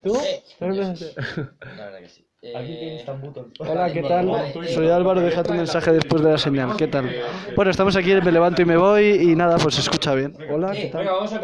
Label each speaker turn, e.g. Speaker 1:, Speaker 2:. Speaker 1: ¿Tú?
Speaker 2: Sí,
Speaker 1: Claro
Speaker 2: yo
Speaker 1: que
Speaker 2: sí.
Speaker 1: sí.
Speaker 2: La verdad que sí.
Speaker 3: Aquí
Speaker 2: Eh,
Speaker 3: tienes tan button.
Speaker 1: Hola, ¿qué
Speaker 2: Vale.
Speaker 1: tal? Soy Álvaro, deja tu mensaje después de la señal. ¿Qué tal? Bueno, estamos aquí, en me levanto y me voy y nada, pues se escucha bien. Hola,
Speaker 2: eh,
Speaker 1: ¿qué tal?
Speaker 2: venga, vamos a